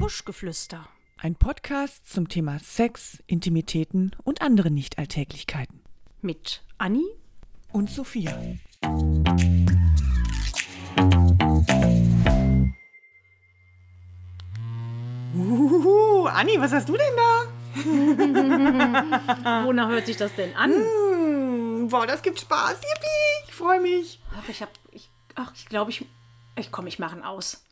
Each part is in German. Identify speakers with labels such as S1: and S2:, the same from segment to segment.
S1: Sexgeflüster.
S2: Ein Podcast zum Thema Sex, Intimitäten und andere Nichtalltäglichkeiten.
S1: Mit Anni
S2: Und Sophia. Uhuhu, Anni, was hast du denn da?
S1: Wonach hört sich das denn an?
S2: Hm, boah, das gibt Spaß. Yippie, ich freue mich.
S1: Ach, ich hab. Ich, ach, ich glaube, ich. Ich komm, ich mache ihn aus.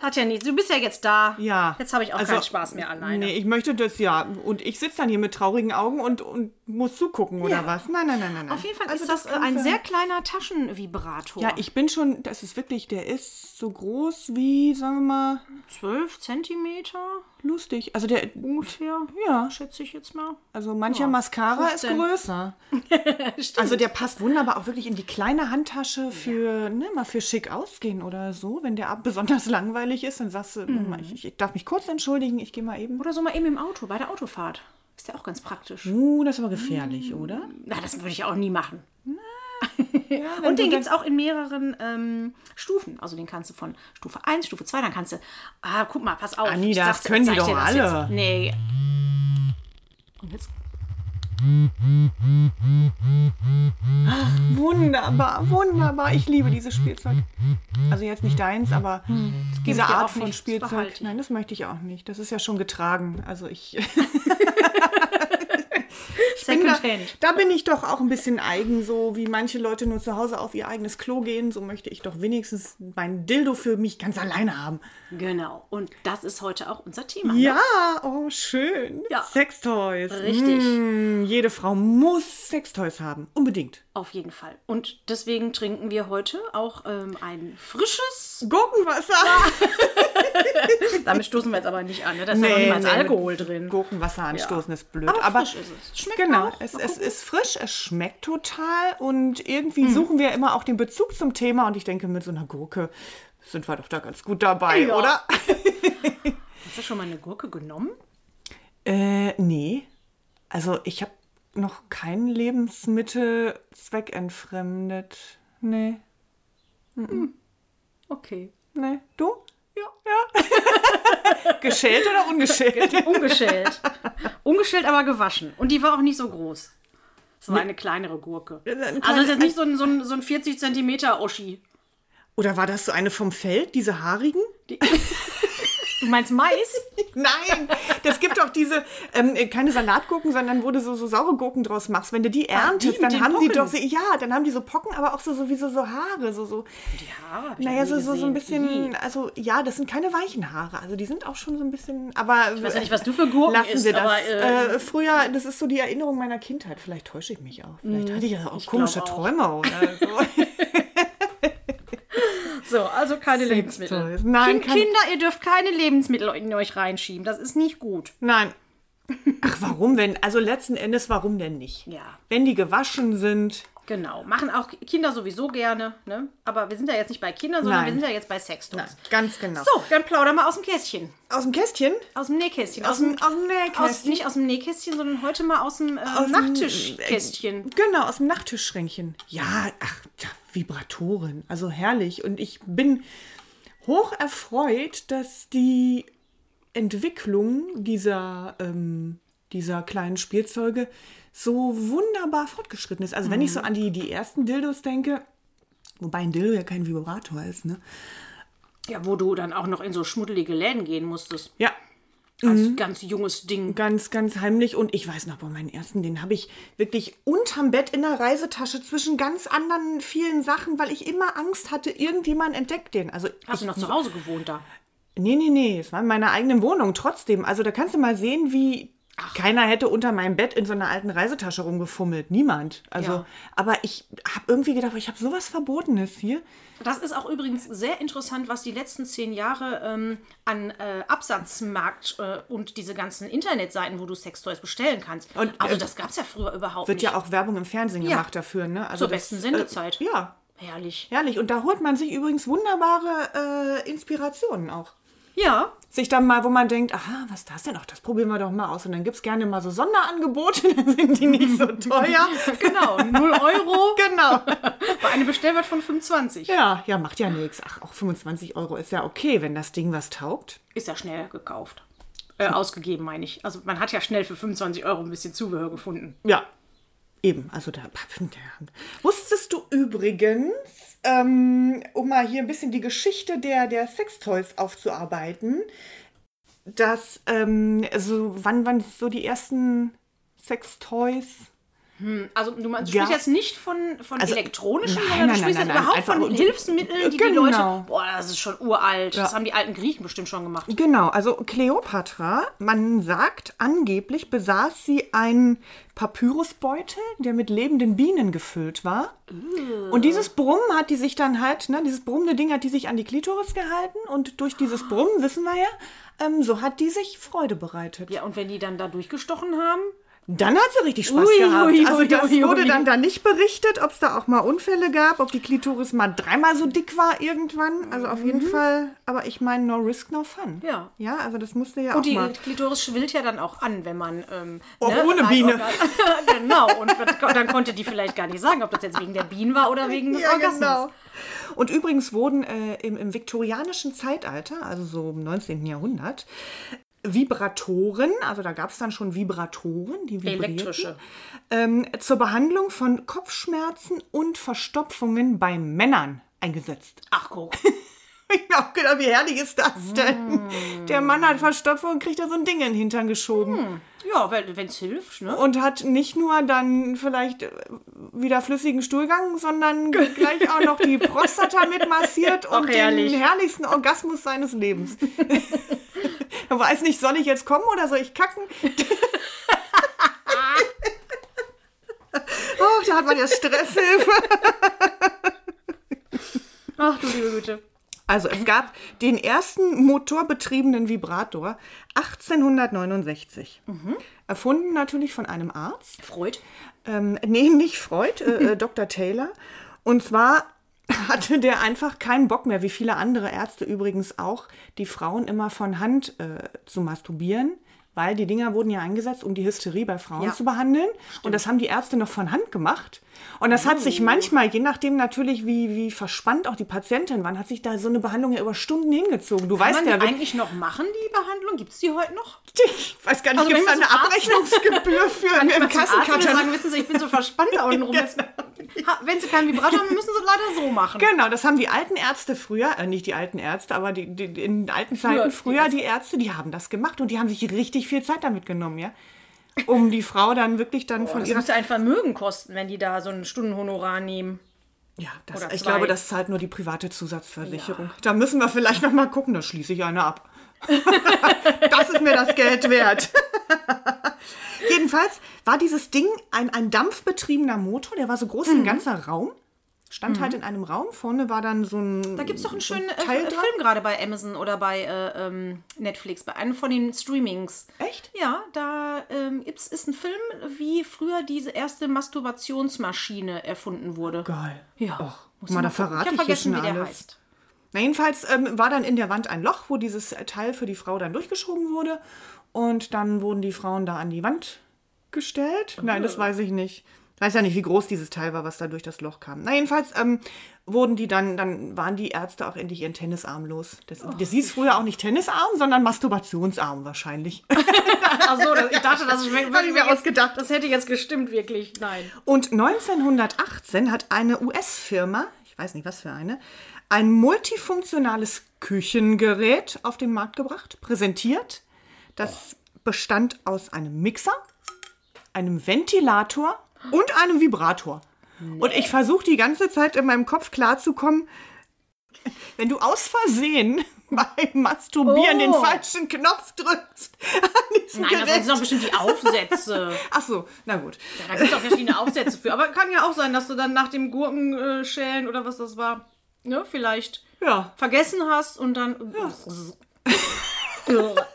S1: Hat ja nichts. Du bist ja jetzt da.
S2: Ja.
S1: Jetzt habe ich auch
S2: Also,
S1: keinen Spaß mehr alleine.
S2: Nee, ich möchte das ja. Und ich sitze dann hier mit traurigen Augen und, und muss zugucken oder
S1: Ja.
S2: was? Nein, nein, nein, nein. nein.
S1: Auf jeden Fall
S2: Also
S1: ist das, äh,
S2: kannst
S1: ein
S2: du-
S1: sehr kleiner Taschenvibrator.
S2: Ja, ich bin schon, das ist wirklich, der ist so groß wie, sagen wir mal,
S1: Zwölf Zentimeter
S2: lustig. Also der,
S1: ungefähr,
S2: ja,
S1: schätze ich jetzt mal.
S2: also
S1: Oh,
S2: mancher Mascara
S1: 15.
S2: ist größer. Also der passt wunderbar auch wirklich in die kleine Handtasche für, ne, mal für schick ausgehen oder so. Wenn der Abend besonders langweilig ist, dann sagst du,
S1: Mhm.
S2: ich, ich darf mich kurz entschuldigen, ich gehe mal eben.
S1: Oder so mal eben im Auto, bei der Autofahrt. Ist ja auch ganz praktisch.
S2: Uh, das ist aber gefährlich,
S1: Mhm.
S2: oder?
S1: Na, das würde ich auch nie machen.
S2: Ja, wenn
S1: Und den
S2: du
S1: gibt es auch in mehreren ähm, Stufen. Also den kannst du von Stufe 1, Stufe 2, dann kannst du. Ah, guck mal, pass auf.
S2: Anni,
S1: ich
S2: das
S1: sag's-
S2: können die
S1: zeig dir
S2: doch
S1: das jetzt.
S2: alle.
S1: Nee. Und jetzt?
S2: dann- Wunderbar, wunderbar. Ich liebe dieses Spielzeug. Also jetzt nicht deins, aber diese
S1: ich dir
S2: Art
S1: auch
S2: von
S1: nicht. Mhm. Das behalte
S2: Spielzeug.
S1: ich.
S2: Nein, das möchte ich auch nicht. Das ist ja schon getragen. Also ich da,
S1: Secondhand.
S2: da bin ich doch auch ein bisschen eigen, so wie manche Leute nur zu Hause auf ihr eigenes Klo gehen. So möchte ich doch wenigstens mein Dildo für mich ganz alleine haben.
S1: Genau. Und das ist heute auch unser Thema. ne?
S2: Ja, oh schön.
S1: Ja.
S2: Sextoys.
S1: Richtig.
S2: Mm, jede Frau muss Sextoys haben. Unbedingt.
S1: Auf jeden Fall. Und deswegen trinken wir heute auch ähm, ein frisches.
S2: Gurkenwasser.
S1: Damit stoßen wir jetzt aber nicht an. Ne? Da ist ja noch niemals Alkohol drin.
S2: Gurkenwasser anstoßen ist blöd.
S1: Aber
S2: Aber,
S1: frisch ist es. Schmeckt
S2: genau,
S1: auch.
S2: es,
S1: Mal
S2: es ist frisch, es schmeckt total und
S1: Hm.
S2: irgendwie suchen wir immer auch den Bezug zum Thema und ich denke, mit so einer Gurke sind wir doch da ganz gut dabei,
S1: Ja.
S2: oder?
S1: Hast du schon mal eine Gurke genommen?
S2: Äh, nee. Also ich habe noch kein Lebensmittel zweckentfremdet. Nee,
S1: Okay.
S2: nee. Du? Ja. ja. Geschält oder ungeschält?
S1: Ungeschält. Ungeschält, aber gewaschen. Und die war auch nicht so groß. Es war eine kleinere Gurke.
S2: ein
S1: also es ist
S2: klein-
S1: jetzt nicht so ein, so ein, so ein 40 Zentimeter Oschi.
S2: Oder war das so eine vom Feld, diese haarigen?
S1: Du meinst Mais?
S2: Nein, das gibt doch diese, ähm, keine Salatgurken, sondern wo du so, so saure Gurken draus machst. Wenn du die erntest,
S1: mit
S2: dann
S1: den
S2: haben die
S1: Pocken.
S2: doch so, ja, dann haben die so Pocken, aber auch so, so wie so, so Haare, so, so.
S1: Die Haare. hab ich
S2: Naja,
S1: noch nie
S2: so, so, so ein
S1: gesehen.
S2: bisschen,
S1: Ih.
S2: also ja, das sind keine weichen Haare. Also die sind auch schon so ein bisschen, aber ich
S1: weiß ja nicht, was du für Gurken
S2: lassen
S1: isst,
S2: wir das.
S1: aber, äh,
S2: äh, früher, das ist so die Erinnerung meiner Kindheit. Vielleicht täusche ich mich auch. Vielleicht hatte ich ja auch komische
S1: Hm, glaub auch.
S2: Träume oder so.
S1: So, also keine Lebensmittel.
S2: Toys. äh, Nein,
S1: Kind,
S2: kein-
S1: Kinder, ihr dürft keine Lebensmittel in euch reinschieben. Das ist nicht gut.
S2: Nein. Ach, warum wenn? Also letzten Endes, warum denn nicht?
S1: Ja.
S2: Wenn die gewaschen sind,
S1: Genau. Machen auch Kinder sowieso gerne. Ne? Aber wir sind ja jetzt nicht bei Kindern, sondern
S2: Nein.
S1: wir sind ja jetzt bei Sextoys.
S2: ganz genau.
S1: So, dann plauder mal aus dem Kästchen.
S2: Aus dem Kästchen?
S1: Aus dem Nähkästchen.
S2: Aus dem, aus dem Nähkästchen.
S1: Aus, nicht aus dem Nähkästchen, sondern heute mal aus dem äh,
S2: dem-
S1: Nachttischkästchen.
S2: Genau, aus dem Nachttischschränkchen. Ja, ach, tja, Vibratoren. Also herrlich. Und ich bin hoch erfreut, dass die Entwicklung dieser, ähm, dieser kleinen Spielzeuge so wunderbar fortgeschritten ist. Also wenn ich so an die, die ersten Dildos denke, wobei ein Dildo ja kein Vibrator ist, ne?
S1: Ja, wo du dann auch noch in so schmuddelige Läden gehen musstest.
S2: Ja,
S1: Als
S2: Mhm.
S1: ganz junges Ding.
S2: ganz, ganz heimlich. Und ich weiß noch, bei meinen ersten, den habe ich wirklich unterm Bett in der Reisetasche zwischen ganz anderen vielen Sachen, weil ich immer Angst hatte, irgendjemand entdeckt den. Also,
S1: Hast du noch zu Hause gewohnt da?
S2: nee, nee, nee, es war in meiner eigenen Wohnung trotzdem. Also, da kannst du mal sehen, wie. Keiner hätte unter meinem Bett in so einer alten Reisetasche rumgefummelt. Niemand. Also,
S1: Ja.
S2: aber ich habe irgendwie gedacht, ich habe sowas Verbotenes hier.
S1: Das ist auch übrigens sehr interessant, was die letzten zehn Jahre ähm, an äh, Absatzmarkt äh, und diese ganzen Internetseiten, wo du Sextoys bestellen kannst.
S2: Und,
S1: also
S2: äh,
S1: das gab es ja früher überhaupt
S2: Wird
S1: nicht.
S2: ja auch Werbung im Fernsehen
S1: Ja.
S2: gemacht dafür, ne? Also
S1: Zur besten Sendezeit.
S2: Äh, ja,
S1: Herrlich.
S2: herrlich. Und da holt man sich übrigens wunderbare äh, Inspirationen auch.
S1: Ja,
S2: sich dann mal, wo man denkt, aha, was ist das denn? Ach, das probieren wir doch mal aus. Und dann gibt es gerne mal so Sonderangebote, dann sind die nicht so teuer.
S1: genau. Null Euro
S2: genau.
S1: bei einem Bestellwert von 25.
S2: Ja, ja, macht ja nichts. Ach, auch 25 Euro ist ja okay, wenn das Ding was taugt.
S1: Ist ja schnell gekauft. Äh, ausgegeben, meine ich. Also man hat ja schnell für 25 Euro ein bisschen Zubehör gefunden.
S2: Ja, eben. Also da. Wusstest du übrigens, ähm, um mal hier ein bisschen die Geschichte der, der Sextoys aufzuarbeiten, dass, ähm, also wann, wann so die ersten Sextoys
S1: Also du, meinst, du
S2: Ja.
S1: sprichst jetzt nicht von, von
S2: Also,
S1: elektronischen,
S2: nein,
S1: sondern du
S2: nein,
S1: sprichst
S2: nein,
S1: jetzt
S2: nein,
S1: überhaupt
S2: einfach
S1: von
S2: nur-
S1: Hilfsmitteln, die die
S2: Genau.
S1: Leute... Boah, das ist schon uralt. Das haben die alten Griechen bestimmt schon gemacht.
S2: Genau, also Kleopatra, man sagt angeblich, besaß sie einen Papyrusbeutel, der mit lebenden Bienen gefüllt war. Und dieses Brummen hat die sich dann halt, ne, dieses brummende Ding hat die sich an die Klitoris gehalten und durch dieses Brummen, wissen wir ja, ähm, so hat die sich Freude bereitet.
S1: Ja, und wenn die dann da durchgestochen haben?
S2: Dann hat sie richtig Spaß
S1: Ui,
S2: gehabt.
S1: ui,
S2: also
S1: ui,
S2: das
S1: ui,
S2: wurde
S1: ui.
S2: dann da nicht berichtet, ob es da auch mal Unfälle gab, ob die Klitoris mal dreimal so dick war irgendwann. Also auf jeden Fall, aber ich meine, no risk, no fun.
S1: Mhm. Ja.
S2: Ja, also das musste ja auch
S1: Und die
S2: mal.
S1: Klitoris schwillt ja dann auch an, wenn man... Ähm,
S2: Auch ohne Biene.
S1: Organ- genau, und dann konnte die vielleicht gar nicht sagen, ob das jetzt wegen der Bienen war oder wegen des Orgasmus.
S2: genau. Und übrigens wurden äh, im, im viktorianischen Zeitalter, also so im 19. Jahrhundert, Vibratoren, also da gab es dann schon Vibratoren, die vibrierten,
S1: Elektrische.
S2: ähm, zur Behandlung von Kopfschmerzen und Verstopfungen bei Männern eingesetzt.
S1: Ach, guck.
S2: Ich hab gedacht, wie herrlich ist das denn?
S1: Hm.
S2: Der Mann hat Verstopfung und kriegt da so ein Ding in den Hintern geschoben.
S1: Ja, wenn es hilft, ne?
S2: Und hat nicht nur dann vielleicht äh, wieder flüssigen Stuhlgang, sondern gleich auch noch die Prostata mit massiert und
S1: herrlich.
S2: den herrlichsten Orgasmus seines Lebens. er weiß nicht, soll ich jetzt kommen oder soll ich kacken? oh, da hat man ja Stresshilfe.
S1: Ach du liebe Güte.
S2: Also es gab den ersten motorbetriebenen Vibrator 1869. Erfunden natürlich von einem Arzt.
S1: Freud.
S2: Ähm, nee, nicht Freud, äh, äh, Dr. Taylor. Und zwar hatte der einfach keinen Bock mehr, wie viele andere Ärzte übrigens auch, die Frauen immer von Hand äh, zu masturbieren, weil die Dinger wurden ja eingesetzt, um die Hysterie bei Frauen
S1: Ja.
S2: zu behandeln. Und das haben die Ärzte noch von Hand gemacht. Und das
S1: Oh.
S2: hat sich manchmal, je nachdem natürlich, wie, wie verspannt auch die Patientin waren, hat sich da so eine Behandlung ja über Stunden hingezogen. Du
S1: Kann
S2: weißt
S1: man
S2: ja,
S1: die
S2: wenn,
S1: eigentlich noch machen, die Behandlung? Gibt es die heute noch?
S2: ich weiß gar nicht,
S1: Also
S2: gibt es da
S1: wenn man
S2: eine
S1: zum
S2: Abrechnungsgebühr für im
S1: Kassenkater
S2: Kassenkatalog?
S1: sagen, wissen Sie, ich bin so verspannt da unten rum. Jetzt- Ha, Wenn Sie keinen Vibrator haben, müssen Sie es leider so machen.
S2: Genau, das haben die alten Ärzte früher, äh, nicht die alten Ärzte, aber die, die, die- in den alten Zeiten früher, die Ärzte, die haben das gemacht und die haben sich richtig viel Zeit damit genommen, ja. Um die Frau dann wirklich dann von
S1: Das
S2: ihrer.
S1: müsste ein Vermögen kosten, wenn die da so ein Stundenhonorar nehmen.
S2: Ja, das,
S1: oder
S2: ich
S1: zwei.
S2: glaube, das zahlt nur die private Zusatzversicherung. Da müssen wir vielleicht nochmal gucken, da schließe ich eine ab. das ist mir das Geld wert. Jedenfalls war dieses Ding ein, ein dampfbetriebener Motor, der war so groß wie
S1: Mhm.
S2: ein ganzer Raum. Stand halt in einem Raum, vorne war dann so ein.
S1: Da gibt es doch einen schönen äh,
S2: Teil
S1: Film
S2: dran?
S1: gerade bei Amazon oder bei äh, ähm, Netflix, bei einem von den Streamings.
S2: Echt?
S1: Ja, da ähm, gibt's, ist ein Film, wie früher diese erste Masturbationsmaschine erfunden wurde.
S2: Geil.
S1: Ja.
S2: Och,
S1: Muss man
S2: mal, da
S1: gucken.
S2: verrate
S1: ich
S2: ich,
S1: hab
S2: hier schon
S1: vergessen, wie der
S2: alles.
S1: heißt.
S2: Na, jedenfalls ähm, war dann in der Wand ein Loch, wo dieses äh, Teil für die Frau dann durchgeschoben wurde. Und dann wurden die Frauen da an die Wand gestellt. Nein, das weiß ich nicht. Ich weiß ja nicht, wie groß dieses Teil war, was da durch das Loch kam. Na, jedenfalls ähm, wurden die dann, dann waren die Ärzte auch endlich ihren Tennisarm los. Das, das hieß früher auch nicht Tennisarm, sondern Masturbationsarm wahrscheinlich.
S1: Ach so, das, ich dachte, das, ist-
S2: Hab ich mir ausgedacht.
S1: das hätte jetzt gestimmt, wirklich. Nein.
S2: Und 1918 hat eine US-Firma, ich weiß nicht was für eine, ein multifunktionales Küchengerät auf den Markt gebracht, präsentiert. Das bestand aus einem Mixer, einem Ventilator und einem Vibrator. Und ich versuche die ganze Zeit in meinem Kopf klarzukommen, wenn du aus Versehen beim Masturbieren
S1: Oh.
S2: den falschen Knopf drückst an diesem
S1: Nein, das sind
S2: Gerät.
S1: doch bestimmt die Aufsätze.
S2: Ach so, na gut.
S1: Ja, da gibt es auch verschiedene Aufsätze für. Aber kann ja auch sein, dass du dann nach dem Gurkenschälen oder was das war, ne, vielleicht
S2: Ja,
S1: vergessen hast und dann.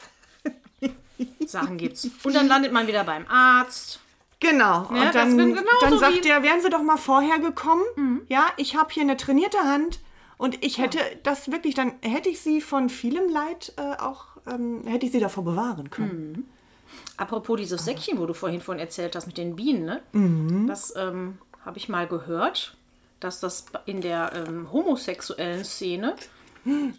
S1: Sachen gibt's. Und dann landet man wieder beim Arzt.
S2: Genau.
S1: das
S2: und dann,
S1: bin genauso
S2: dann
S1: wie-
S2: sagt der, wären Sie doch mal vorher gekommen. Ja, ich habe hier eine trainierte Hand. Und ich hätte das wirklich, dann hätte ich sie von vielem Leid äh, auch, ähm, hätte ich sie davor bewahren können.
S1: Apropos
S2: Ah.
S1: dieses Säckchen, wo du vorhin von erzählt hast mit den Bienen, ne?
S2: Mhm.
S1: Das ähm, habe ich mal gehört, dass das in der ähm, homosexuellen Szene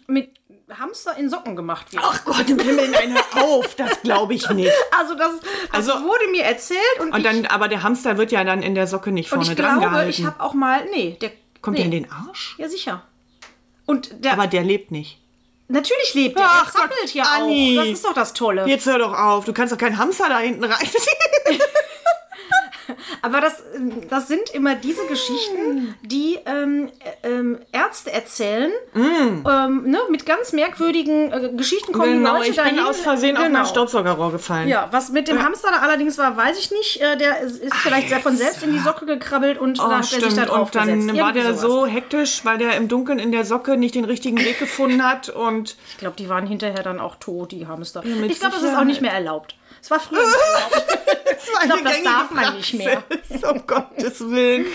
S1: mit Hamster in Socken gemacht wird.
S2: Ach Gott, im Himmel, nein, hör auf, das glaube ich nicht.
S1: Also das, das
S2: Also-
S1: wurde mir erzählt und,
S2: Und
S1: ich,
S2: dann, aber der Hamster wird ja dann in der Socke nicht
S1: und
S2: vorne
S1: ich
S2: dran
S1: glaube,
S2: gehalten.
S1: ich habe auch mal, nee, der
S2: Kommt
S1: nee.
S2: der in den Arsch?
S1: Ja, sicher. Und der,
S2: Aber der lebt nicht.
S1: natürlich lebt der,
S2: Ach
S1: der zappelt
S2: Gott,
S1: ja
S2: Anni.
S1: auch. Das ist doch das Tolle.
S2: Jetzt hör doch auf, du kannst doch keinen Hamster da hinten reinziehen.
S1: Aber das, ähm, das sind immer diese
S2: Mm.
S1: Geschichten, die ähm, äh, ähm, Ärzte erzählen, ähm, ne, mit ganz merkwürdigen äh, Geschichten kommen die
S2: Mm. Genau,
S1: Leute
S2: ich bin
S1: dahin.
S2: aus Versehen auf Äh.
S1: Genau.
S2: mein Staubsaugerrohr gefallen.
S1: Ja, was mit dem Hamster da allerdings war, weiß ich nicht. Äh, Der ist, ist vielleicht sehr von selbst in die Socke gekrabbelt und
S2: Oh,
S1: dann hat er
S2: stimmt.
S1: sich da drauf
S2: und dann
S1: gesetzt.
S2: war
S1: Irgendwie
S2: der
S1: sowas.
S2: so hektisch, weil der im Dunkeln in der Socke nicht den richtigen Weg gefunden hat. Und
S1: Ich glaube, die waren hinterher dann auch tot, die Hamster.
S2: mit
S1: ich glaube, das ist
S2: Sicherheit.
S1: auch nicht mehr erlaubt. Es war früher nicht erlaubt.
S2: ich
S1: glaub, das darf man nicht mehr.
S2: Um Gottes Willen.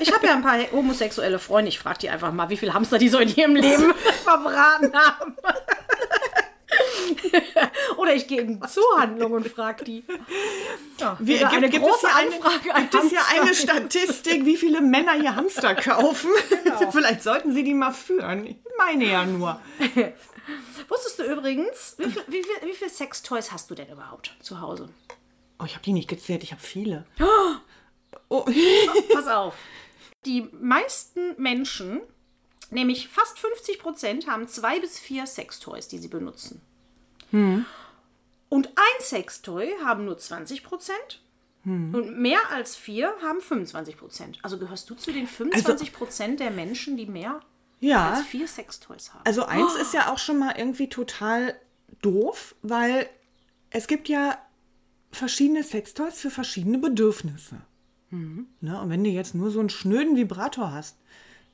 S1: Ich habe ja ein paar homosexuelle Freunde. Ich frage die einfach mal, wie viele Hamster die so in ihrem Leben verbraten haben. Oder ich gehe in Zuhandlung und frage die. Ja, wäre
S2: Wie, gibt,
S1: eine
S2: Äh, gibt
S1: große
S2: es hier
S1: Anfrage
S2: eine,
S1: an
S2: gibt es hier
S1: Hamster.
S2: eine Statistik, wie viele Männer hier Hamster kaufen? Vielleicht sollten Sie die mal führen. Ich meine ja nur.
S1: Wusstest du übrigens, wie viel, wie, viel, wie viel Sextoys hast du denn überhaupt zu Hause?
S2: Oh, ich habe die nicht gezählt, ich habe viele. Oh.
S1: Pass auf. Die meisten Menschen, nämlich fast 50 Prozent, haben zwei bis vier Sextoys, die sie benutzen. Und ein Sextoy haben nur 20 Prozent.
S2: Hm.
S1: Und mehr als vier haben 25 Prozent. Also gehörst du zu den 25 Prozent der Menschen, die mehr
S2: Ja,
S1: als vier Sextoys haben?
S2: also eins ist ja auch schon mal irgendwie total doof, weil es gibt ja verschiedene Sextoys für verschiedene Bedürfnisse. Ne? Und wenn du jetzt nur so einen schnöden Vibrator hast,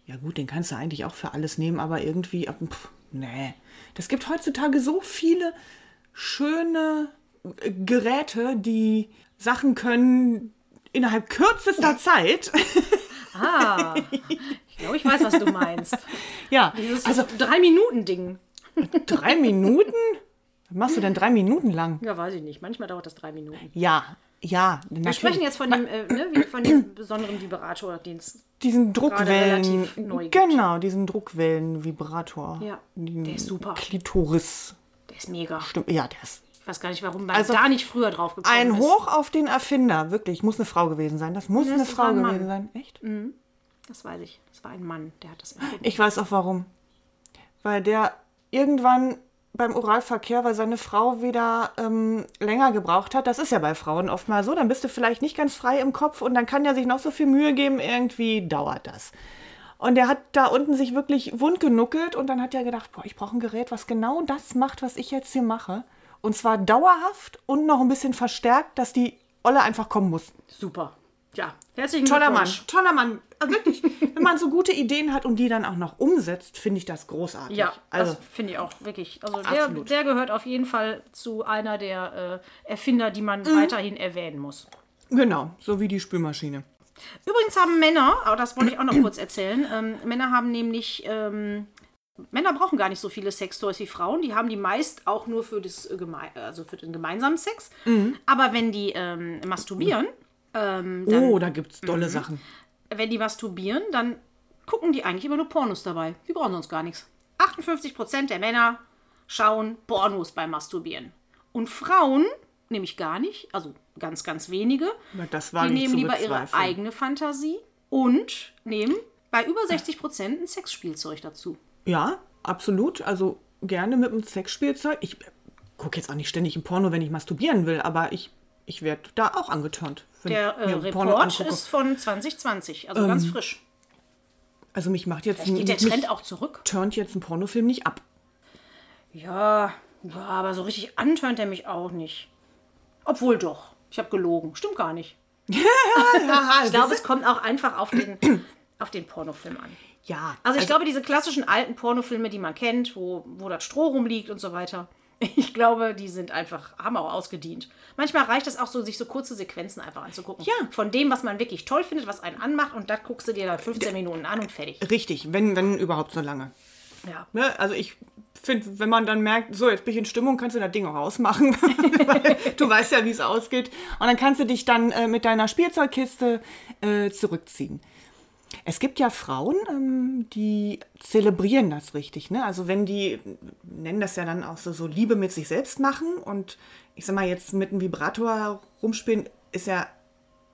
S2: ja gut, den kannst du eigentlich auch für alles nehmen, aber irgendwie, ab- pff, nee. Das gibt heutzutage so viele schöne äh, Geräte, die Sachen können innerhalb kürzester Zeit.
S1: ah, ich glaube, ich weiß, was du meinst.
S2: ja,
S1: Dieses
S2: also
S1: Drei-Minuten-Ding.
S2: drei Minuten? Was machst du denn drei Minuten lang?
S1: Ja, weiß ich nicht. Manchmal dauert das drei Minuten.
S2: Ja, ja,
S1: Wir
S2: natürlich.
S1: sprechen jetzt von dem, äh, ne, wie- von dem besonderen Vibrator, den es
S2: diesen Druckwellen,
S1: relativ neu gibt.
S2: genau, diesen Druckwellen-Vibrator.
S1: Ja,
S2: Den
S1: der ist super.
S2: Klitoris.
S1: Der ist mega.
S2: Stimmt, ja, der ist
S1: Ich weiß gar nicht, warum man
S2: Also,
S1: da nicht früher drauf gekommen
S2: ein
S1: ist.
S2: Hoch auf den Erfinder, wirklich. Muss eine Frau gewesen sein. Das muss eine
S1: das war
S2: Frau
S1: ein Mann.
S2: gewesen sein. Echt?
S1: Das weiß ich. Das war ein Mann, der hat das erfunden.
S2: Ich weiß auch warum. Weil der irgendwann beim Oralverkehr, weil seine Frau wieder ähm, länger gebraucht hat, das ist ja bei Frauen oft mal so, dann bist du vielleicht nicht ganz frei im Kopf und dann kann der sich noch so viel Mühe geben, irgendwie dauert das. Und der hat da unten sich wirklich wund genuckelt und dann hat er gedacht, boah, ich brauche ein Gerät, was genau das macht, was ich jetzt hier mache. Und zwar dauerhaft und noch ein bisschen verstärkt, dass die Olle einfach kommen muss.
S1: Super. Ja, herzlichen
S2: Toller Mann,
S1: Glückwunsch.
S2: toller Mann. Also wirklich, wenn man so gute Ideen hat und die dann auch noch umsetzt, finde ich das großartig.
S1: Ja,
S2: also
S1: das finde ich auch wirklich. Also der,
S2: Absolut.
S1: der gehört auf jeden Fall zu einer der äh, Erfinder, die man
S2: Mhm.
S1: weiterhin erwähnen muss.
S2: genau, so wie die Spülmaschine.
S1: Übrigens haben Männer, aber das wollte ich auch noch kurz erzählen, ähm, Männer haben nämlich, ähm, Männer brauchen gar nicht so viele Sextoys wie Frauen. Die haben die meist auch nur für, das, äh, geme- also für den gemeinsamen Sex.
S2: Mhm.
S1: Aber wenn die ähm, masturbieren, ähm, dann,
S2: oh, da gibt's dolle Sachen.
S1: wenn die masturbieren, dann gucken die eigentlich immer nur Pornos dabei. Die brauchen sonst gar nichts. 58% der Männer schauen Pornos beim Masturbieren. Und Frauen, nämlich gar nicht, also ganz, ganz wenige,
S2: Aber Das war
S1: die
S2: nicht
S1: nehmen
S2: zu
S1: lieber ihre
S2: bezweifeln.
S1: eigene Fantasie und nehmen bei über 60 Prozent ein Sexspielzeug dazu.
S2: ja, absolut. Also gerne mit einem Sexspielzeug. Ich gucke jetzt auch nicht ständig im Porno, wenn ich masturbieren will, aber ich, ich werde da auch angeturnt. wenn
S1: Der
S2: ich
S1: äh,
S2: mir Porno Ähm,
S1: Report
S2: angucke.
S1: ist von 2020, also ganz frisch.
S2: Also mich macht jetzt ein,
S1: Geht der
S2: mich
S1: Trend auch zurück?
S2: turnt jetzt ein Pornofilm nicht ab.
S1: Ja, ja, aber so richtig antönt er mich auch nicht. Obwohl doch, ich habe gelogen. Stimmt gar nicht.
S2: Haha,
S1: Ich glaube, es kommt auch einfach auf den, auf den Pornofilm an.
S2: ja.
S1: Also ich glaube, diese klassischen alten Pornofilme, die man kennt, wo, wo das Stroh rumliegt und so weiter, ich glaube, die sind einfach, haben auch ausgedient. Manchmal reicht es auch so, sich so kurze Sequenzen einfach anzugucken.
S2: Ja.
S1: Von dem, was man wirklich toll findet, was einen anmacht und das guckst du dir dann 15 Minuten an und
S2: Äh,
S1: fertig.
S2: Richtig, wenn, wenn überhaupt so lange.
S1: Ja.
S2: Ne? Also ich finde, wenn man dann merkt, so, jetzt bin ich in Stimmung, kannst du das Ding auch ausmachen. Weil du weißt ja, wie es ausgeht. Und dann kannst du dich dann äh, mit deiner Spielzeugkiste äh, zurückziehen. Es gibt ja Frauen, ähm, die zelebrieren das richtig. Ne? Also wenn die nennen das ja dann auch so, so Liebe mit sich selbst machen und ich sag mal jetzt mit einem Vibrator rumspielen, ist ja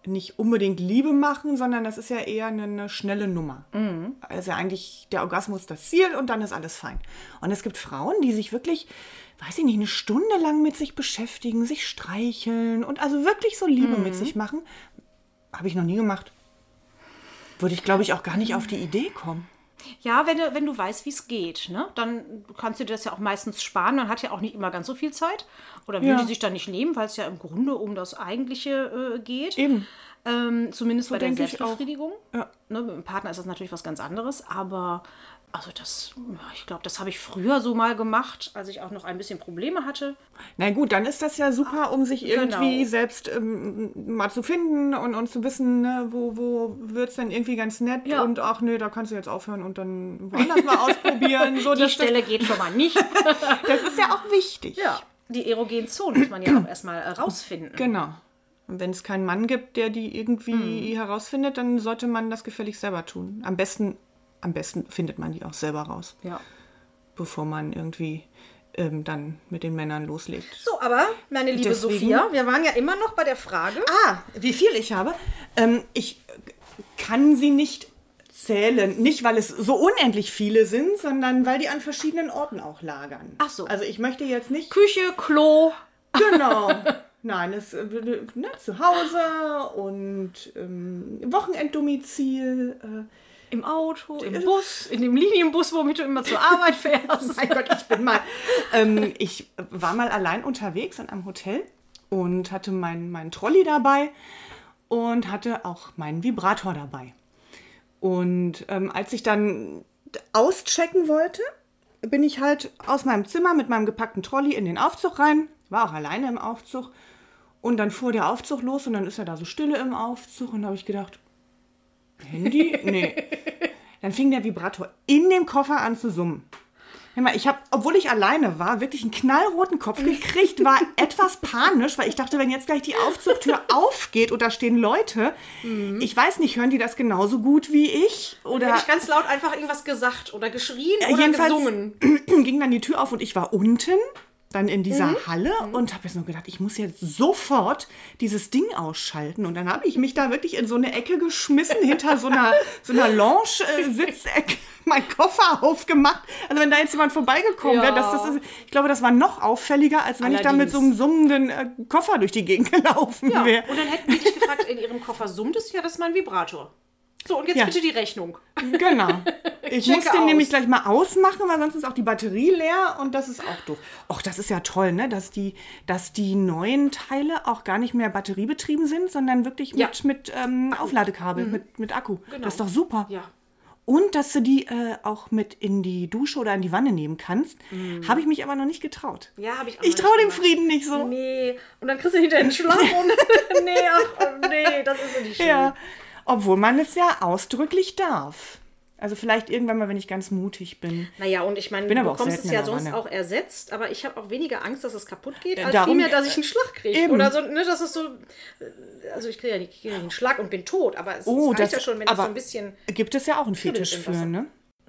S2: nicht unbedingt Liebe machen, sondern das ist ja eher eine, eine schnelle Nummer. Also ja eigentlich der Orgasmus das Ziel und dann ist alles fein. Und es gibt Frauen, die sich wirklich, weiß ich nicht, eine Stunde lang mit sich beschäftigen, sich streicheln und also wirklich so Liebe mit sich machen. Habe ich noch nie gemacht. Würde ich, glaube ich, auch gar nicht auf die Idee kommen.
S1: Ja, wenn du, wenn du weißt, wie es geht, ne? dann kannst du dir das ja auch meistens sparen. Man hat ja auch nicht immer ganz so viel Zeit. Oder will
S2: Ja.
S1: die sich dann nicht nehmen, weil es ja im Grunde um das Eigentliche äh, geht.
S2: Eben.
S1: Ähm, zumindest bei der
S2: denke ich auch.
S1: Selbstbefriedigung.
S2: Ja.
S1: Ne, mit dem Partner ist das natürlich was ganz anderes, aber also das, ja, ich glaube, das habe ich früher so mal gemacht, als ich auch noch ein bisschen Probleme hatte.
S2: Na gut, dann ist das ja super, um sich irgendwie
S1: Genau.
S2: selbst ähm, mal zu finden und, und zu wissen, ne, wo, wo wird es dann irgendwie ganz nett
S1: Ja.
S2: und ach nee, da kannst du jetzt aufhören und dann woanders mal ausprobieren. So,
S1: Die
S2: das, das,
S1: Stelle geht schon mal nicht.
S2: das ist ja auch wichtig.
S1: Die erogenen Zonen muss man ja auch erstmal äh, rausfinden.
S2: Genau. Und wenn es keinen Mann gibt, der die
S1: Hm.
S2: irgendwie herausfindet, dann sollte man das gefällig selber tun. Am besten, am besten findet man die auch selber raus,
S1: Ja.
S2: bevor man irgendwie ähm, dann mit den Männern loslegt.
S1: So, aber meine liebe
S2: Deswegen-
S1: Sophia, wir waren ja immer noch bei der Frage.
S2: Ah, wie viel ich habe. Ähm, ich kann sie nicht zählen. Nicht, weil es so unendlich viele sind, sondern weil die an verschiedenen Orten auch lagern.
S1: Ach so.
S2: Also ich möchte jetzt nicht.
S1: Küche, Klo.
S2: Genau. Nein, es äh, ne, zu Hause und ähm, Wochenenddomizil. Äh,
S1: Im Auto, im Bus, in dem Linienbus, womit du immer zur Arbeit fährst.
S2: mein Gott, ich bin mal. Ähm, ich war mal allein unterwegs in einem Hotel und hatte meinen meinen Trolley dabei und hatte auch meinen Vibrator dabei. Und ähm, als ich dann auschecken wollte, bin ich halt aus meinem Zimmer mit meinem gepackten Trolley in den Aufzug rein, war auch alleine im Aufzug. Und dann fuhr der Aufzug los und dann ist ja da so Stille im Aufzug und da habe ich gedacht, Handy? Nee. Dann fing der Vibrator in dem Koffer an zu summen. Hör mal, ich habe, obwohl ich alleine war, wirklich einen knallroten Kopf gekriegt, war etwas panisch, weil ich dachte, wenn jetzt gleich die Aufzugtür aufgeht und da stehen Leute, ich weiß nicht, hören die das genauso gut wie ich? Oder
S1: Hätte ich ganz laut einfach irgendwas gesagt oder geschrien oder
S2: jedenfalls-
S1: gesungen.
S2: ging dann die Tür auf und ich war unten, dann in dieser
S1: Mhm.
S2: Halle und habe jetzt nur gedacht, ich muss jetzt sofort dieses Ding ausschalten. Und dann habe ich mich da wirklich in so eine Ecke geschmissen, hinter so einer, so einer Lounge-Sitzecke, meinen Koffer aufgemacht. Also wenn da jetzt jemand vorbeigekommen wäre, das, das ist, ich glaube, das war noch auffälliger, als wenn ich da mit
S1: Allerdings.
S2: so einem summenden äh, Koffer durch die Gegend gelaufen
S1: Ja,
S2: wäre.
S1: und dann hätten die dich gefragt, in ihrem Koffer summt es? Ja, das ist mein Vibrator. So, und jetzt
S2: Ja.
S1: bitte die Rechnung.
S2: Genau. Ich muss
S1: Checke
S2: den
S1: aus.
S2: nämlich gleich mal ausmachen, weil sonst ist auch die Batterie leer und das ist auch doof. Och, das ist ja toll, ne? Dass die, dass die neuen Teile auch gar nicht mehr batteriebetrieben sind, sondern wirklich mit,
S1: Ja. Mhm. Genau.
S2: mit ähm, Aufladekabel, mit, mit Akku. Das ist doch super.
S1: Ja.
S2: Und dass du die äh, auch mit in die Dusche oder in die Wanne nehmen kannst. Habe ich mich aber noch nicht getraut.
S1: Mhm. Ja, habe ich auch
S2: Ich
S1: noch
S2: traue
S1: nicht
S2: dem
S1: gemacht. Mhm.
S2: Frieden nicht
S1: Oh.
S2: so.
S1: Nee, und dann kriegst du hinterher einen Schlaf und. nee, ach, oh, nee, das ist so nicht schön.
S2: Ja, obwohl man es ja ausdrücklich darf. Also vielleicht irgendwann mal, wenn ich ganz mutig bin.
S1: Naja, und ich meine,
S2: Bin
S1: du
S2: aber auch
S1: bekommst es
S2: selten
S1: ja
S2: in der
S1: sonst
S2: Wanne.
S1: auch ersetzt, aber ich habe auch weniger Angst, dass es kaputt geht,
S2: Äh,
S1: als
S2: darum-
S1: vielmehr, dass ich einen Schlag kriege.
S2: eben.
S1: Oder so, ne, das ist so. äh, Also, ich kriege ja nicht ich krieg ja nicht einen Schlag und bin tot, aber es,
S2: Oh,
S1: es reicht
S2: das-
S1: ja schon, wenn
S2: aber-
S1: das so ein bisschen.
S2: Gibt es ja auch einen
S1: Kribbelt
S2: Fetisch
S1: im
S2: für,
S1: Wasser.
S2: ne?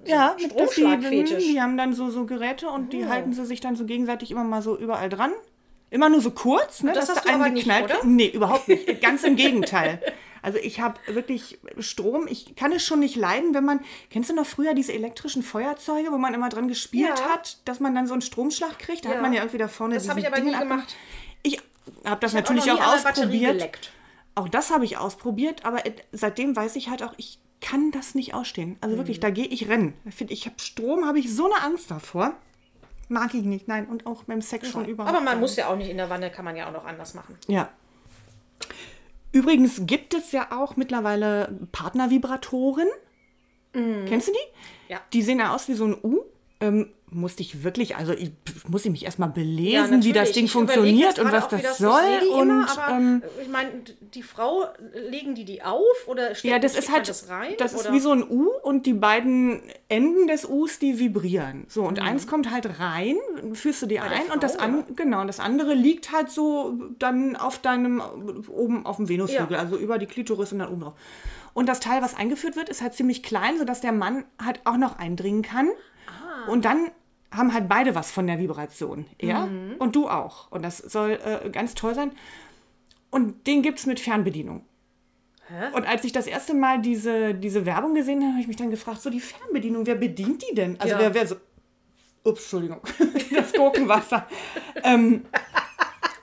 S2: ja, gibt es die,
S1: Stromschlagfetisch.
S2: die haben dann so, so Geräte und
S1: Ah.
S2: die halten sie sich dann so gegenseitig immer mal so überall dran. Immer nur so kurz, ne?
S1: das
S2: dass
S1: hast
S2: da
S1: du
S2: einen
S1: aber nicht,
S2: geknallt
S1: oder?
S2: kriegt. Nee, überhaupt nicht. Ganz im Gegenteil. Also ich habe wirklich Strom, ich kann es schon nicht leiden, wenn man, kennst du noch früher diese elektrischen Feuerzeuge, wo man immer dran gespielt
S1: Ja.
S2: hat, dass man dann so einen Stromschlag kriegt? Da
S1: Ja.
S2: hat man ja irgendwie da vorne
S1: Das hab
S2: diese
S1: ich aber nie
S2: Dinge
S1: gemacht.
S2: Ich habe das
S1: Ich hab
S2: natürlich
S1: noch
S2: auch,
S1: nie an der Batterie
S2: ausprobiert.
S1: geleckt.
S2: Auch das habe ich ausprobiert, aber et- seitdem weiß ich halt auch, ich kann das nicht ausstehen. Also
S1: Mhm.
S2: wirklich, da gehe ich rennen. Ich finde, ich habe Strom, habe ich so eine Angst davor. Mag ich nicht, nein. Und auch beim Sex schon überhaupt.
S1: Mhm. Aber man muss ja auch nicht in der Wanne, kann man ja auch noch anders machen.
S2: Ja. Übrigens gibt es ja auch mittlerweile Partnervibratoren. Kennst du die?
S1: Mhm. Ja.
S2: Die sehen ja aus wie so ein U. Ähm, musste ich wirklich, also ich, muss ich mich erstmal
S1: Ja,
S2: belesen, wie das
S1: natürlich.
S2: Ding
S1: Ich überleg jetzt
S2: funktioniert und
S1: gerade
S2: was
S1: auch, wie
S2: das
S1: ich
S2: soll.
S1: sehe die
S2: Und
S1: immer, aber äh,
S2: ähm,
S1: ich meine, die Frau äh, legen die die auf oder steckt,
S2: Ja, das
S1: steckt
S2: ist
S1: man
S2: halt,
S1: das rein
S2: das
S1: oder
S2: ist wie so ein U und die beiden Enden des Us, die vibrieren. So, und eins kommt halt rein, führst du dir
S1: Mhm. der
S2: ein
S1: Frau,
S2: und das, an, genau, und das andere liegt halt so dann auf deinem, oben auf dem Venushügel,
S1: Ja.
S2: also über die Klitoris und dann oben drauf. Und das Teil, was eingeführt wird, ist halt ziemlich klein, sodass der Mann halt auch noch eindringen kann.
S1: Ah.
S2: Und dann haben halt beide was von der Vibration. Er
S1: Mhm.
S2: und du auch. Und das soll äh, ganz toll sein. Und den gibt es mit Fernbedienung. Und als ich das erste Mal diese, diese Werbung gesehen habe, habe ich mich dann gefragt, so die Fernbedienung, wer bedient die denn? Also
S3: Ja.
S2: wer, wer so... Ups, Entschuldigung. Das Gurkenwasser. ähm,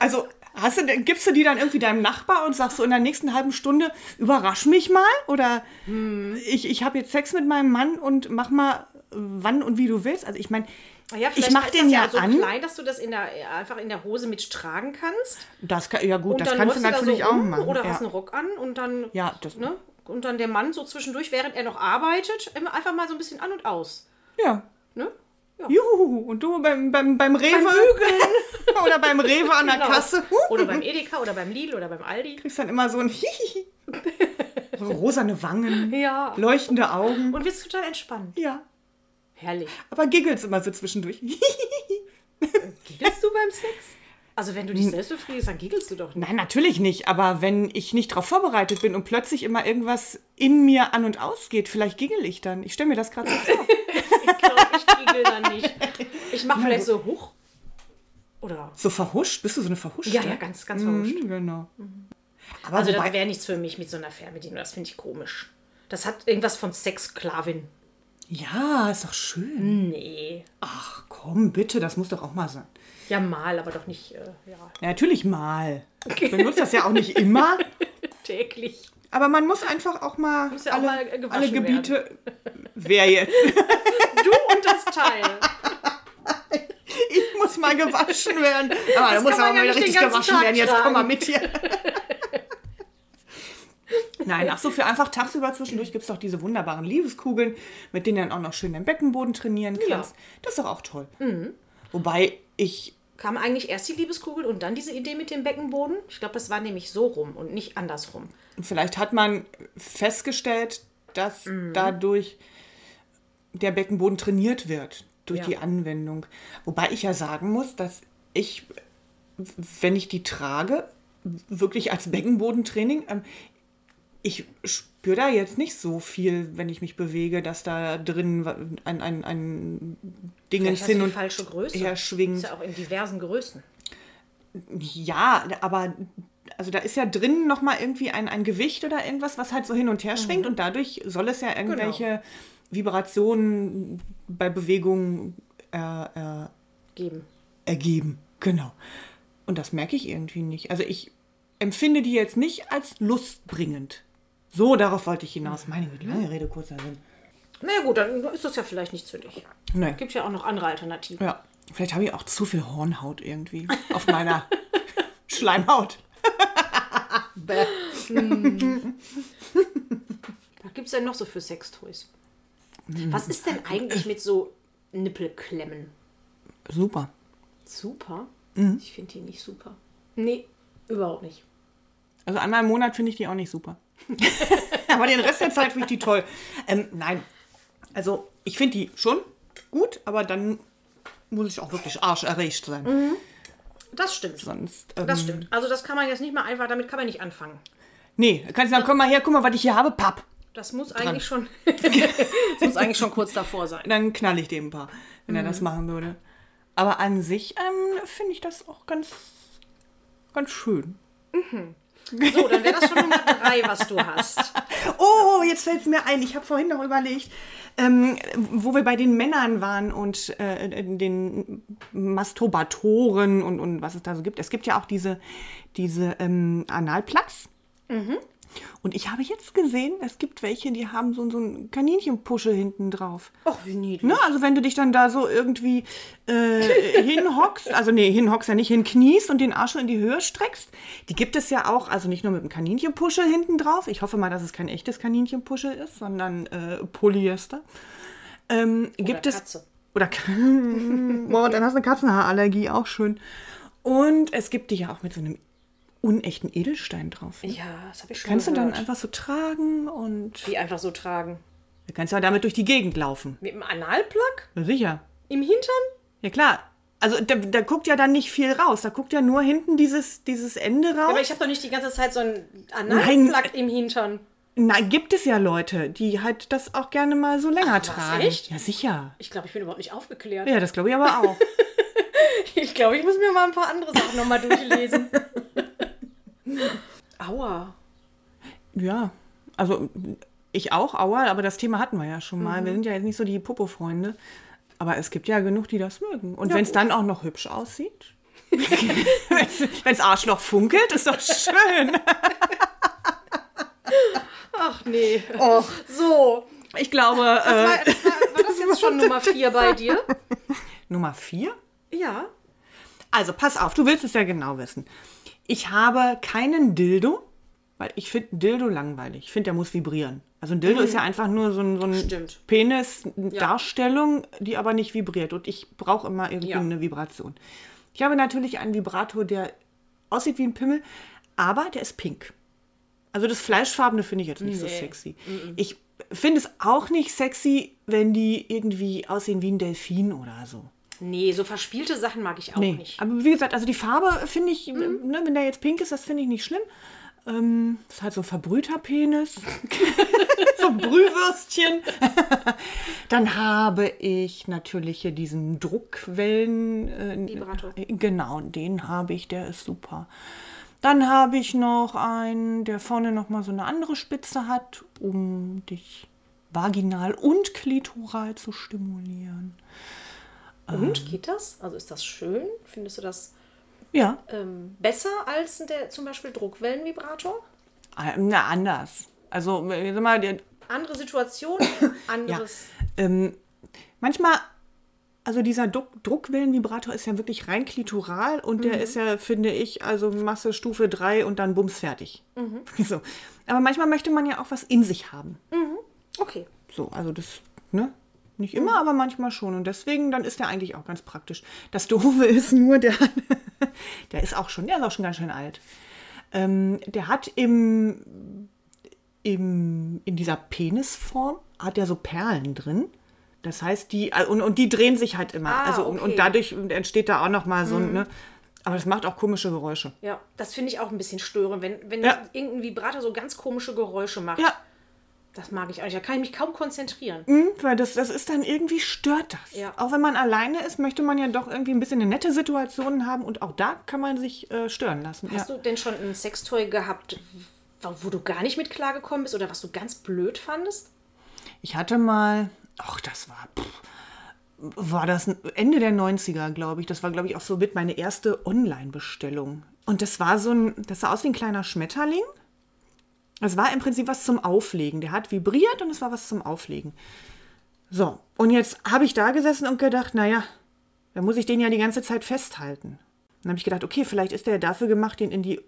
S2: also hast du, denn- gibst du die dann irgendwie deinem Nachbar und sagst so in der nächsten halben Stunde, überrasch mich mal? Oder
S1: Hm.
S2: ich, ich habe jetzt Sex mit meinem Mann und mach mal äh, wann und wie du willst. Also ich meine,
S1: Ja,
S2: ich
S1: vielleicht
S2: mache
S1: ist
S2: den
S1: das
S2: ja,
S1: so
S2: an.
S1: klein, dass du das in der, äh, einfach in der Hose mittragen kannst.
S2: Das kann, ja gut,
S1: Und
S2: das
S1: dann
S2: kannst du
S1: läufst da
S2: natürlich
S1: so
S2: auch
S1: rum
S2: machen.
S1: Oder
S2: ja.
S1: hast einen Rock an und dann.
S2: Ja, das-
S1: ne? Und dann der Mann so zwischendurch, während er noch arbeitet, immer einfach mal so ein bisschen an und aus.
S2: ja.
S1: Ne? Ja.
S2: Juhu, und du beim, beim, beim Rewe oder beim Rewe an der
S1: Genau.
S2: Kasse.
S1: Oder beim Edeka oder beim Lidl oder beim Aldi.
S2: kriegst dann immer so ein Hihihi. Rosane Wangen,
S1: Ja.
S2: leuchtende Augen.
S1: Und bist total entspannt.
S2: Ja,
S1: Herrlich.
S2: aber giggles immer so zwischendurch.
S1: Giggelst du beim Sex? Also wenn du
S2: Hm.
S1: dich selbst befriedigst, dann giggelst du doch nicht.
S2: Nein, natürlich nicht, aber wenn ich nicht darauf vorbereitet bin und plötzlich immer irgendwas in mir an und ausgeht, vielleicht giggel ich dann. Ich stelle mir das gerade so vor.
S1: Ich glaube, ich giggel dann nicht. Ich mache vielleicht so hoch. Oder.
S2: So verhuscht? Bist du so eine verhuschte?
S1: Ja, ja, ganz, ganz verhuscht.
S2: Mhm, genau. Aber
S1: Also das
S2: wobei,
S1: wäre nichts für mich mit so einer Fernbedienung. Das finde ich komisch. Das hat irgendwas von Sexsklavin.
S2: ja, ist doch schön.
S1: Nee.
S2: Ach komm, bitte, das muss doch auch mal sein.
S1: Ja, mal, aber doch nicht äh, ja,
S2: Ja, natürlich mal. Ich benutze das ja auch nicht immer.
S1: täglich.
S2: Aber man muss einfach auch mal
S1: ja auch
S2: alle,
S1: mal gewaschen
S2: alle Gebiete. Wer jetzt?
S1: Du und das Teil.
S2: Ich muss mal gewaschen werden. Aber da muss
S1: kann man
S2: aber
S1: ja
S2: mal
S1: nicht den
S2: richtig
S1: ganzen
S2: gewaschen
S1: Tag
S2: werden. Jetzt komm
S1: tragen.
S2: mal mit hier. Nein, ach so, für einfach tagsüber zwischendurch gibt es doch diese wunderbaren Liebeskugeln, mit denen du dann auch noch schön den Beckenboden trainieren kannst. Das ist doch auch toll.
S1: Mhm.
S2: Wobei ich
S1: Kam eigentlich erst die Liebeskugel und dann diese Idee mit dem Beckenboden? Ich glaube, das war nämlich so rum und nicht andersrum.
S2: Vielleicht hat man festgestellt, dass
S1: Mhm.
S2: dadurch der Beckenboden trainiert wird durch
S1: Ja.
S2: die Anwendung. Wobei ich ja sagen muss, dass ich, wenn ich die trage, wirklich als Beckenbodentraining, ähm, ich spüre da jetzt nicht so viel, wenn ich mich bewege, dass da drin wa- ein, ein, ein Dingens
S1: Vielleicht hast du
S2: hin
S1: die
S2: und
S1: falsche Größe.
S2: her schwingt.
S1: Ist ja auch in diversen Größen.
S2: Ja, aber also da ist ja drin nochmal irgendwie ein, ein Gewicht oder irgendwas, was halt so hin und her schwingt und dadurch soll es ja irgendwelche Vibrationen bei Bewegungen
S1: Geben.
S2: ergeben. Genau. Und das merke ich irgendwie nicht. Also ich empfinde die jetzt nicht als lustbringend. So, darauf wollte ich hinaus. Meine Güte, lange Rede, kurzer Sinn.
S1: Na ja, gut, dann ist das ja vielleicht nichts für dich.
S2: Nee.
S1: Gibt ja auch noch andere Alternativen.
S2: Ja, vielleicht habe ich auch zu viel Hornhaut irgendwie auf meiner Schleimhaut.
S1: Was gibt es denn noch so für Sextoys? Was ist denn eigentlich mit so Nippelklemmen?
S2: Super.
S1: Super? Ich finde die nicht super. Nee, überhaupt nicht.
S2: Also einmal im Monat finde ich die auch nicht super. Aber den Rest der Zeit finde ich die toll. Ähm, nein, also ich finde die schon gut, aber dann muss ich auch wirklich arscherregt sein.
S1: Das stimmt.
S2: Sonst, ähm,
S1: Das stimmt. Also das kann man jetzt nicht mal einfach, damit kann man nicht anfangen.
S2: nee, kannst du sagen, komm mal her, guck mal, was ich hier habe, papp.
S1: Das muss eigentlich schon. das muss eigentlich schon kurz davor sein.
S2: Dann knall ich dem ein paar, wenn er das machen würde. Aber an sich ähm, finde ich das auch ganz, ganz schön.
S1: So, dann wäre das schon Nummer drei, was du hast.
S2: Oh, jetzt fällt es mir ein. Ich habe vorhin noch überlegt, ähm, wo wir bei den Männern waren und äh, den Masturbatoren und, und was es da so gibt. Es gibt ja auch diese, diese ähm, Analplugs. Und ich habe jetzt gesehen, es gibt welche, die haben so, so einen Kaninchenpuschel hinten drauf.
S1: Och, wie niedlich.
S2: Ne? Also wenn du dich dann da so irgendwie äh, hinhockst, also nee, hinhockst ja nicht, hinkniest und den Arsch so in die Höhe streckst, die gibt es ja auch, also nicht nur mit einem Kaninchenpuschel hinten drauf, ich hoffe mal, dass es kein echtes Kaninchenpuschel ist, sondern äh, Polyester. Ähm, gibt es
S1: Katze.
S2: oder boah, dann hast du eine Katzenhaarallergie, auch schön. Und es gibt die ja auch mit so einem unechten Edelstein drauf. ne?
S1: Ja, das habe ich schon
S2: Kannst du
S1: gehört.
S2: dann einfach so tragen und
S1: die einfach so tragen?
S2: du kannst ja damit durch die Gegend laufen.
S1: Mit dem Analplug?
S2: Ja, sicher.
S1: Im Hintern?
S2: Ja klar. Also da, da guckt ja dann nicht viel raus. Da guckt ja nur hinten dieses, dieses Ende raus.
S1: Aber ich habe doch nicht die ganze Zeit so einen Analplug im Hintern.
S2: Na, gibt es ja Leute, die halt das auch gerne mal so länger
S1: was,
S2: tragen.
S1: echt?
S2: Ja, sicher.
S1: Ich glaube, ich bin überhaupt nicht aufgeklärt.
S2: Ja, das glaube ich aber auch.
S1: Ich glaube, ich muss mir mal ein paar andere Sachen nochmal durchlesen. Aua.
S2: ja, also ich auch, aua, aber das Thema hatten wir ja schon
S1: Mhm.
S2: mal. Wir sind ja jetzt nicht so die Popo-Freunde. Aber es gibt ja genug, die das mögen. Und wenn es dann auch noch hübsch aussieht. wenn es Arschloch funkelt, ist doch schön.
S1: Ach nee. So.
S2: Ich glaube,
S1: Das
S2: äh,
S1: war, das war, war das jetzt schon Nummer 4 bei dir?
S2: äh, Nummer vier.
S1: Ja.
S2: Also pass auf, du willst es ja genau wissen. Ich habe keinen Dildo, weil ich finde einen Dildo langweilig. Ich finde, der muss vibrieren. Also ein Dildo ist ja einfach nur so ein, so ein
S1: Mhm. Stimmt.
S2: Penis-Darstellung, die aber nicht vibriert. Und ich brauche immer irgendwie
S1: Ja.
S2: eine Vibration. Ich habe natürlich einen Vibrator, der aussieht wie ein Pimmel, aber der ist pink. Also das Fleischfarbene finde ich jetzt nicht so
S1: Nee. Mhm.
S2: sexy. Ich finde es auch nicht sexy, wenn die irgendwie aussehen wie ein Delfin oder so.
S1: Nee, so verspielte Sachen mag ich auch
S2: Nee,
S1: nicht. Mhm.
S2: aber wie gesagt, also die Farbe finde ich, ne, wenn der jetzt pink ist, das finde ich nicht schlimm. Ähm, das ist halt so ein verbrühter Penis. so ein Brühwürstchen. Dann habe ich natürlich hier diesen Druckwellen. Äh,
S1: Vibrator.
S2: äh, Genau, den habe ich, der ist super. Dann habe ich noch einen, der vorne nochmal so eine andere Spitze hat, um dich vaginal und klitoral zu stimulieren.
S1: Und geht das? Also ist das schön? Findest du das
S2: Ja,
S1: ähm, besser als der zum Beispiel Druckwellenvibrator?
S2: äh, na, anders. Also, äh, sag mal, der,
S1: Andere Situation, anderes.
S2: Ähm, manchmal, also dieser Druck, Druckwellenvibrator ist ja wirklich rein klitoral und der ist ja, finde ich, also Masse Stufe 3 und dann bums fertig. So. Aber manchmal möchte man ja auch was in sich haben.
S1: Okay.
S2: So, also das, ne? Nicht immer,
S1: Mhm.
S2: aber manchmal schon. Und deswegen, dann ist der eigentlich auch ganz praktisch. Das Doofe ist nur, der, hat- der ist auch schon, der ist auch schon ganz schön alt. Ähm, der hat im, im, in dieser Penisform, hat er so Perlen drin. Das heißt, die, äh, und, und die drehen sich halt immer.
S1: Ah,
S2: also, und,
S1: okay. Mhm.
S2: und dadurch entsteht da auch nochmal so ein, ne? Aber das macht auch komische Geräusche.
S1: Ja, das finde ich auch ein bisschen störend, wenn, wenn
S2: Ja.
S1: irgendein Vibrator so ganz komische Geräusche macht.
S2: Ja,
S1: Das mag ich auch nicht. Da kann ich mich kaum konzentrieren.
S2: Mhm, Weil das, das ist dann irgendwie stört das.
S1: Ja.
S2: Auch wenn man alleine ist, möchte man ja doch irgendwie ein bisschen eine nette Situation haben und auch da kann man sich äh, stören lassen.
S1: Hast
S2: ja.
S1: du denn schon ein Sextoy gehabt, wo wo du gar nicht mit klargekommen bist oder was du ganz blöd fandest?
S2: Ich hatte mal, ach, das war, pff, war das Ende der 90er, glaube ich. Das war, glaube ich, auch so mit meine erste Online-Bestellung. Und das war so ein, das sah aus wie ein kleiner Schmetterling. Das war im Prinzip was zum Auflegen. Der hat vibriert und es war was zum Auflegen. So, und jetzt habe ich da gesessen und gedacht, naja, dann muss ich den ja die ganze Zeit festhalten. Dann habe ich gedacht, okay, vielleicht ist der dafür gemacht, den in die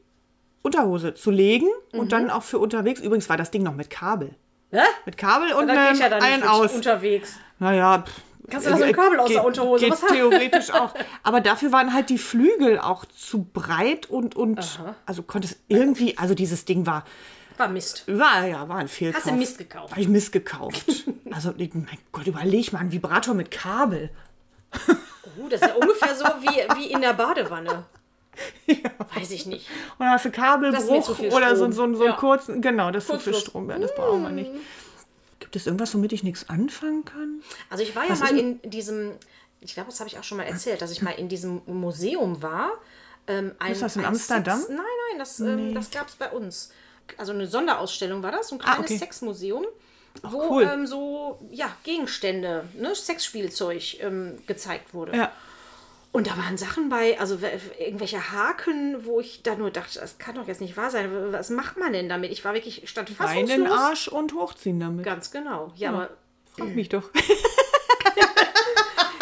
S2: Unterhose zu legen und dann auch für unterwegs. Übrigens war das Ding noch mit Kabel.
S1: Mhm. Hä?
S2: Mit Kabel und
S1: Da gehe
S2: einem
S1: ich ja dann
S2: Ähm, ein
S1: nicht mit
S2: aus.
S1: unterwegs.
S2: Naja, pff, äh,
S1: Kannst du da so ein Kabel aus der
S2: geht-
S1: Unterhose
S2: Geht
S1: raus-
S2: theoretisch auch. Aber dafür waren halt die Flügel auch zu breit und, und also konnte es irgendwie, also dieses Ding war,
S1: War Mist.
S2: war ja, war ein Fehlkauf.
S1: Hast du Mist gekauft?
S2: Habe ich Mist gekauft. also, ich- mein Gott, überleg mal, ein Vibrator mit Kabel.
S1: Uh, das ist ja ungefähr so wie, wie in der Badewanne. Weiß ich nicht.
S2: Und dann hast du
S1: Das ist mir zu
S2: Kabelbruch
S1: viel
S2: oder so,
S1: Strom.
S2: so, einen- so einen
S1: Ja.
S2: kurzen, genau, das ist zu viel
S1: Kurzschluss. Hm.
S2: Strom. Ja, das brauchen wir nicht. Gibt es irgendwas, womit ich nichts anfangen kann?
S1: Also ich war ja mal in diesem, ich glaube, das habe ich auch schon mal erzählt, dass ich mal in diesem Museum war. Ähm, ein,
S2: Ist das in
S1: ein
S2: Amsterdam?
S1: Sex, nein, nein, das, ähm, das gab es bei uns. Also eine Sonderausstellung war das, so ein
S2: Ah,
S1: kleines
S2: okay.
S1: Sexmuseum, wo
S2: cool.
S1: ähm, so ja, Gegenstände, ne, Sexspielzeug ähm, gezeigt wurde.
S2: Ja.
S1: Und da waren Sachen bei, also w- irgendwelche Haken, wo ich da nur dachte, das kann doch jetzt nicht wahr sein. W- Was macht man denn damit? Ich war wirklich, ich stand
S2: Einen
S1: fassungslos.
S2: Arsch und hochziehen damit.
S1: Ganz genau. Ja, aber
S2: Frag mich doch.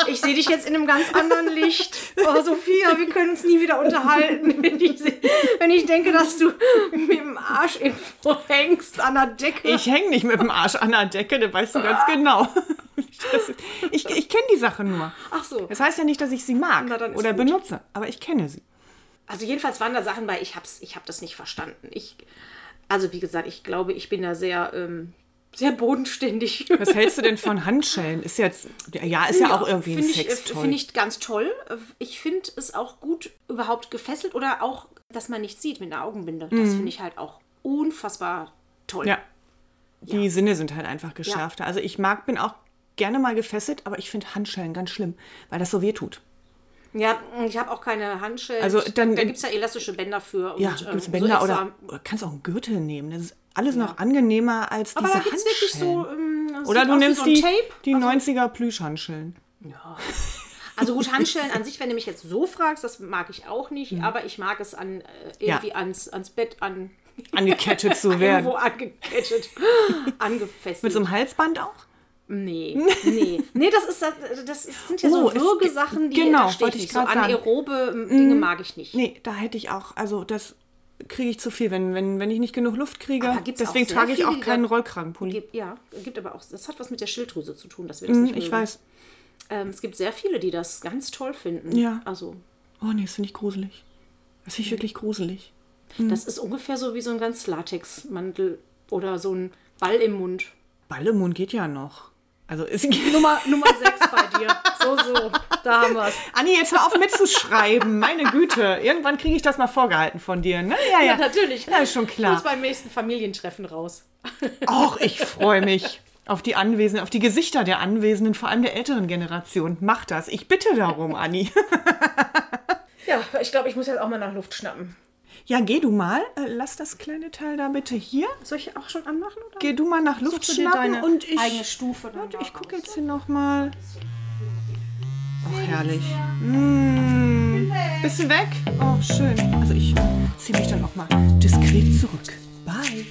S1: Ich sehe dich jetzt in einem ganz anderen Licht. Oh, Sophia, wir können uns nie wieder unterhalten, wenn ich, se- wenn ich denke, dass du mit dem Arsch irgendwo hängst an der Decke.
S2: Ich hänge nicht mit dem Arsch an der Decke, das weißt du ganz genau. Das- Ich, ich kenne die Sache nur.
S1: Ach so.
S2: Das heißt ja nicht, dass ich sie mag
S1: Na, dann ist
S2: oder
S1: gut.
S2: benutze, aber ich kenne sie.
S1: Also jedenfalls waren da Sachen bei, ich hab's, ich hab das nicht verstanden. Ich, also wie gesagt, ich glaube, ich bin da sehr, ähm, sehr bodenständig.
S2: Was hältst du denn von Handschellen? Ist jetzt, ja, ist ja, auch irgendwie ein
S1: Finde ich, äh,
S2: Sextoy.
S1: Finde ich ganz toll. Ich finde es auch gut, überhaupt gefesselt
S2: Mhm.
S1: oder auch, dass man nichts sieht mit einer Augenbinde. Das finde ich halt auch unfassbar toll.
S2: ja. Die Sinne sind halt einfach geschärfter. Also ich mag, bin auch gerne mal gefesselt, aber ich finde Handschellen ganz schlimm, weil das so weh tut.
S1: Ja, ich habe auch keine Handschellen.
S2: Also dann-
S1: da gibt es ja elastische Bänder für. und,
S2: Ja,
S1: ähm,
S2: gibt's
S1: so
S2: Bänder
S1: extra-
S2: oder, oder kannst auch einen Gürtel nehmen. Das ist alles noch angenehmer als diese
S1: Aber da gibt es wirklich
S2: Handschellen.
S1: so. Ähm, das
S2: oder
S1: sieht
S2: du
S1: aus wie
S2: nimmst
S1: so ein
S2: die,
S1: Tape.
S2: die 90er Plüschhandschellen.
S1: Also gut, Handschellen an sich, wenn du mich jetzt so fragst, das mag ich auch nicht,
S2: Mhm.
S1: aber ich mag es an äh, irgendwie ans, ans Bett an
S2: Angekettet zu werden.
S1: irgendwo angekettet, angefesselt.
S2: Mit so einem Halsband auch?
S1: nee, nee, nee, das ist das, äh, das ist- sind ja
S2: Oh,
S1: so
S2: es ge-
S1: würge Sachen, die
S2: genau,
S1: da stehe ich
S2: wollte ich
S1: nicht so
S2: grad sagen. Mhm.
S1: anaerobe ähm, Dinge mag ich nicht.
S2: Nee, da hätte ich auch, also das kriege ich zu viel, wenn, wenn, wenn ich nicht genug Luft kriege.
S1: Aber gibt's auch
S2: Deswegen
S1: sehr
S2: trage ich
S1: viele,
S2: auch
S1: die
S2: keinen
S1: da-
S2: Rollkragenpulli. Hm,
S1: Gibt, ja, gibt aber auch, das hat was mit der Schilddrüse zu tun, dass wir das nicht
S2: Mhm, Ich
S1: mögen.
S2: weiß.
S1: Ähm, es gibt sehr viele, die das ganz toll finden.
S2: Ja.
S1: Also,
S2: Oh nee, das finde ich gruselig. Das finde ich wirklich gruselig.
S1: das ist ungefähr so wie so ein ganz Latexmantel oder so ein Ball im Mund.
S2: Ball im Mund geht ja noch. Also es
S1: Nummer, Nummer 6 bei dir. So, so. Da haben wir es.
S2: Anni, jetzt hör auf mitzuschreiben. Meine Güte. Irgendwann kriege ich das mal vorgehalten von dir. Ne? Ja, ja.
S1: natürlich.
S2: Ja, ist schon
S1: Uns
S2: klar.
S1: beim nächsten Familientreffen raus.
S2: Och, ich freue mich auf die Anwesenden, auf die Gesichter der Anwesenden, vor allem der älteren Generation. Mach das. Ich bitte darum, Anni.
S1: Ja, ich glaube, ich muss jetzt auch mal nach Luft schnappen.
S2: Ja, geh du mal. Äh, Lass das kleine Teil da bitte hier.
S1: Soll ich auch schon anmachen? Oder?
S2: Geh du mal nach Luft
S1: Suchst du dir
S2: schnappen
S1: deine
S2: und ich,
S1: eigene Stufe. Dann
S2: ich gucke jetzt hier nochmal. Ach, herrlich. Mm. Bist du weg? Oh, schön. Also ich ziehe mich dann auch mal diskret zurück. Bye.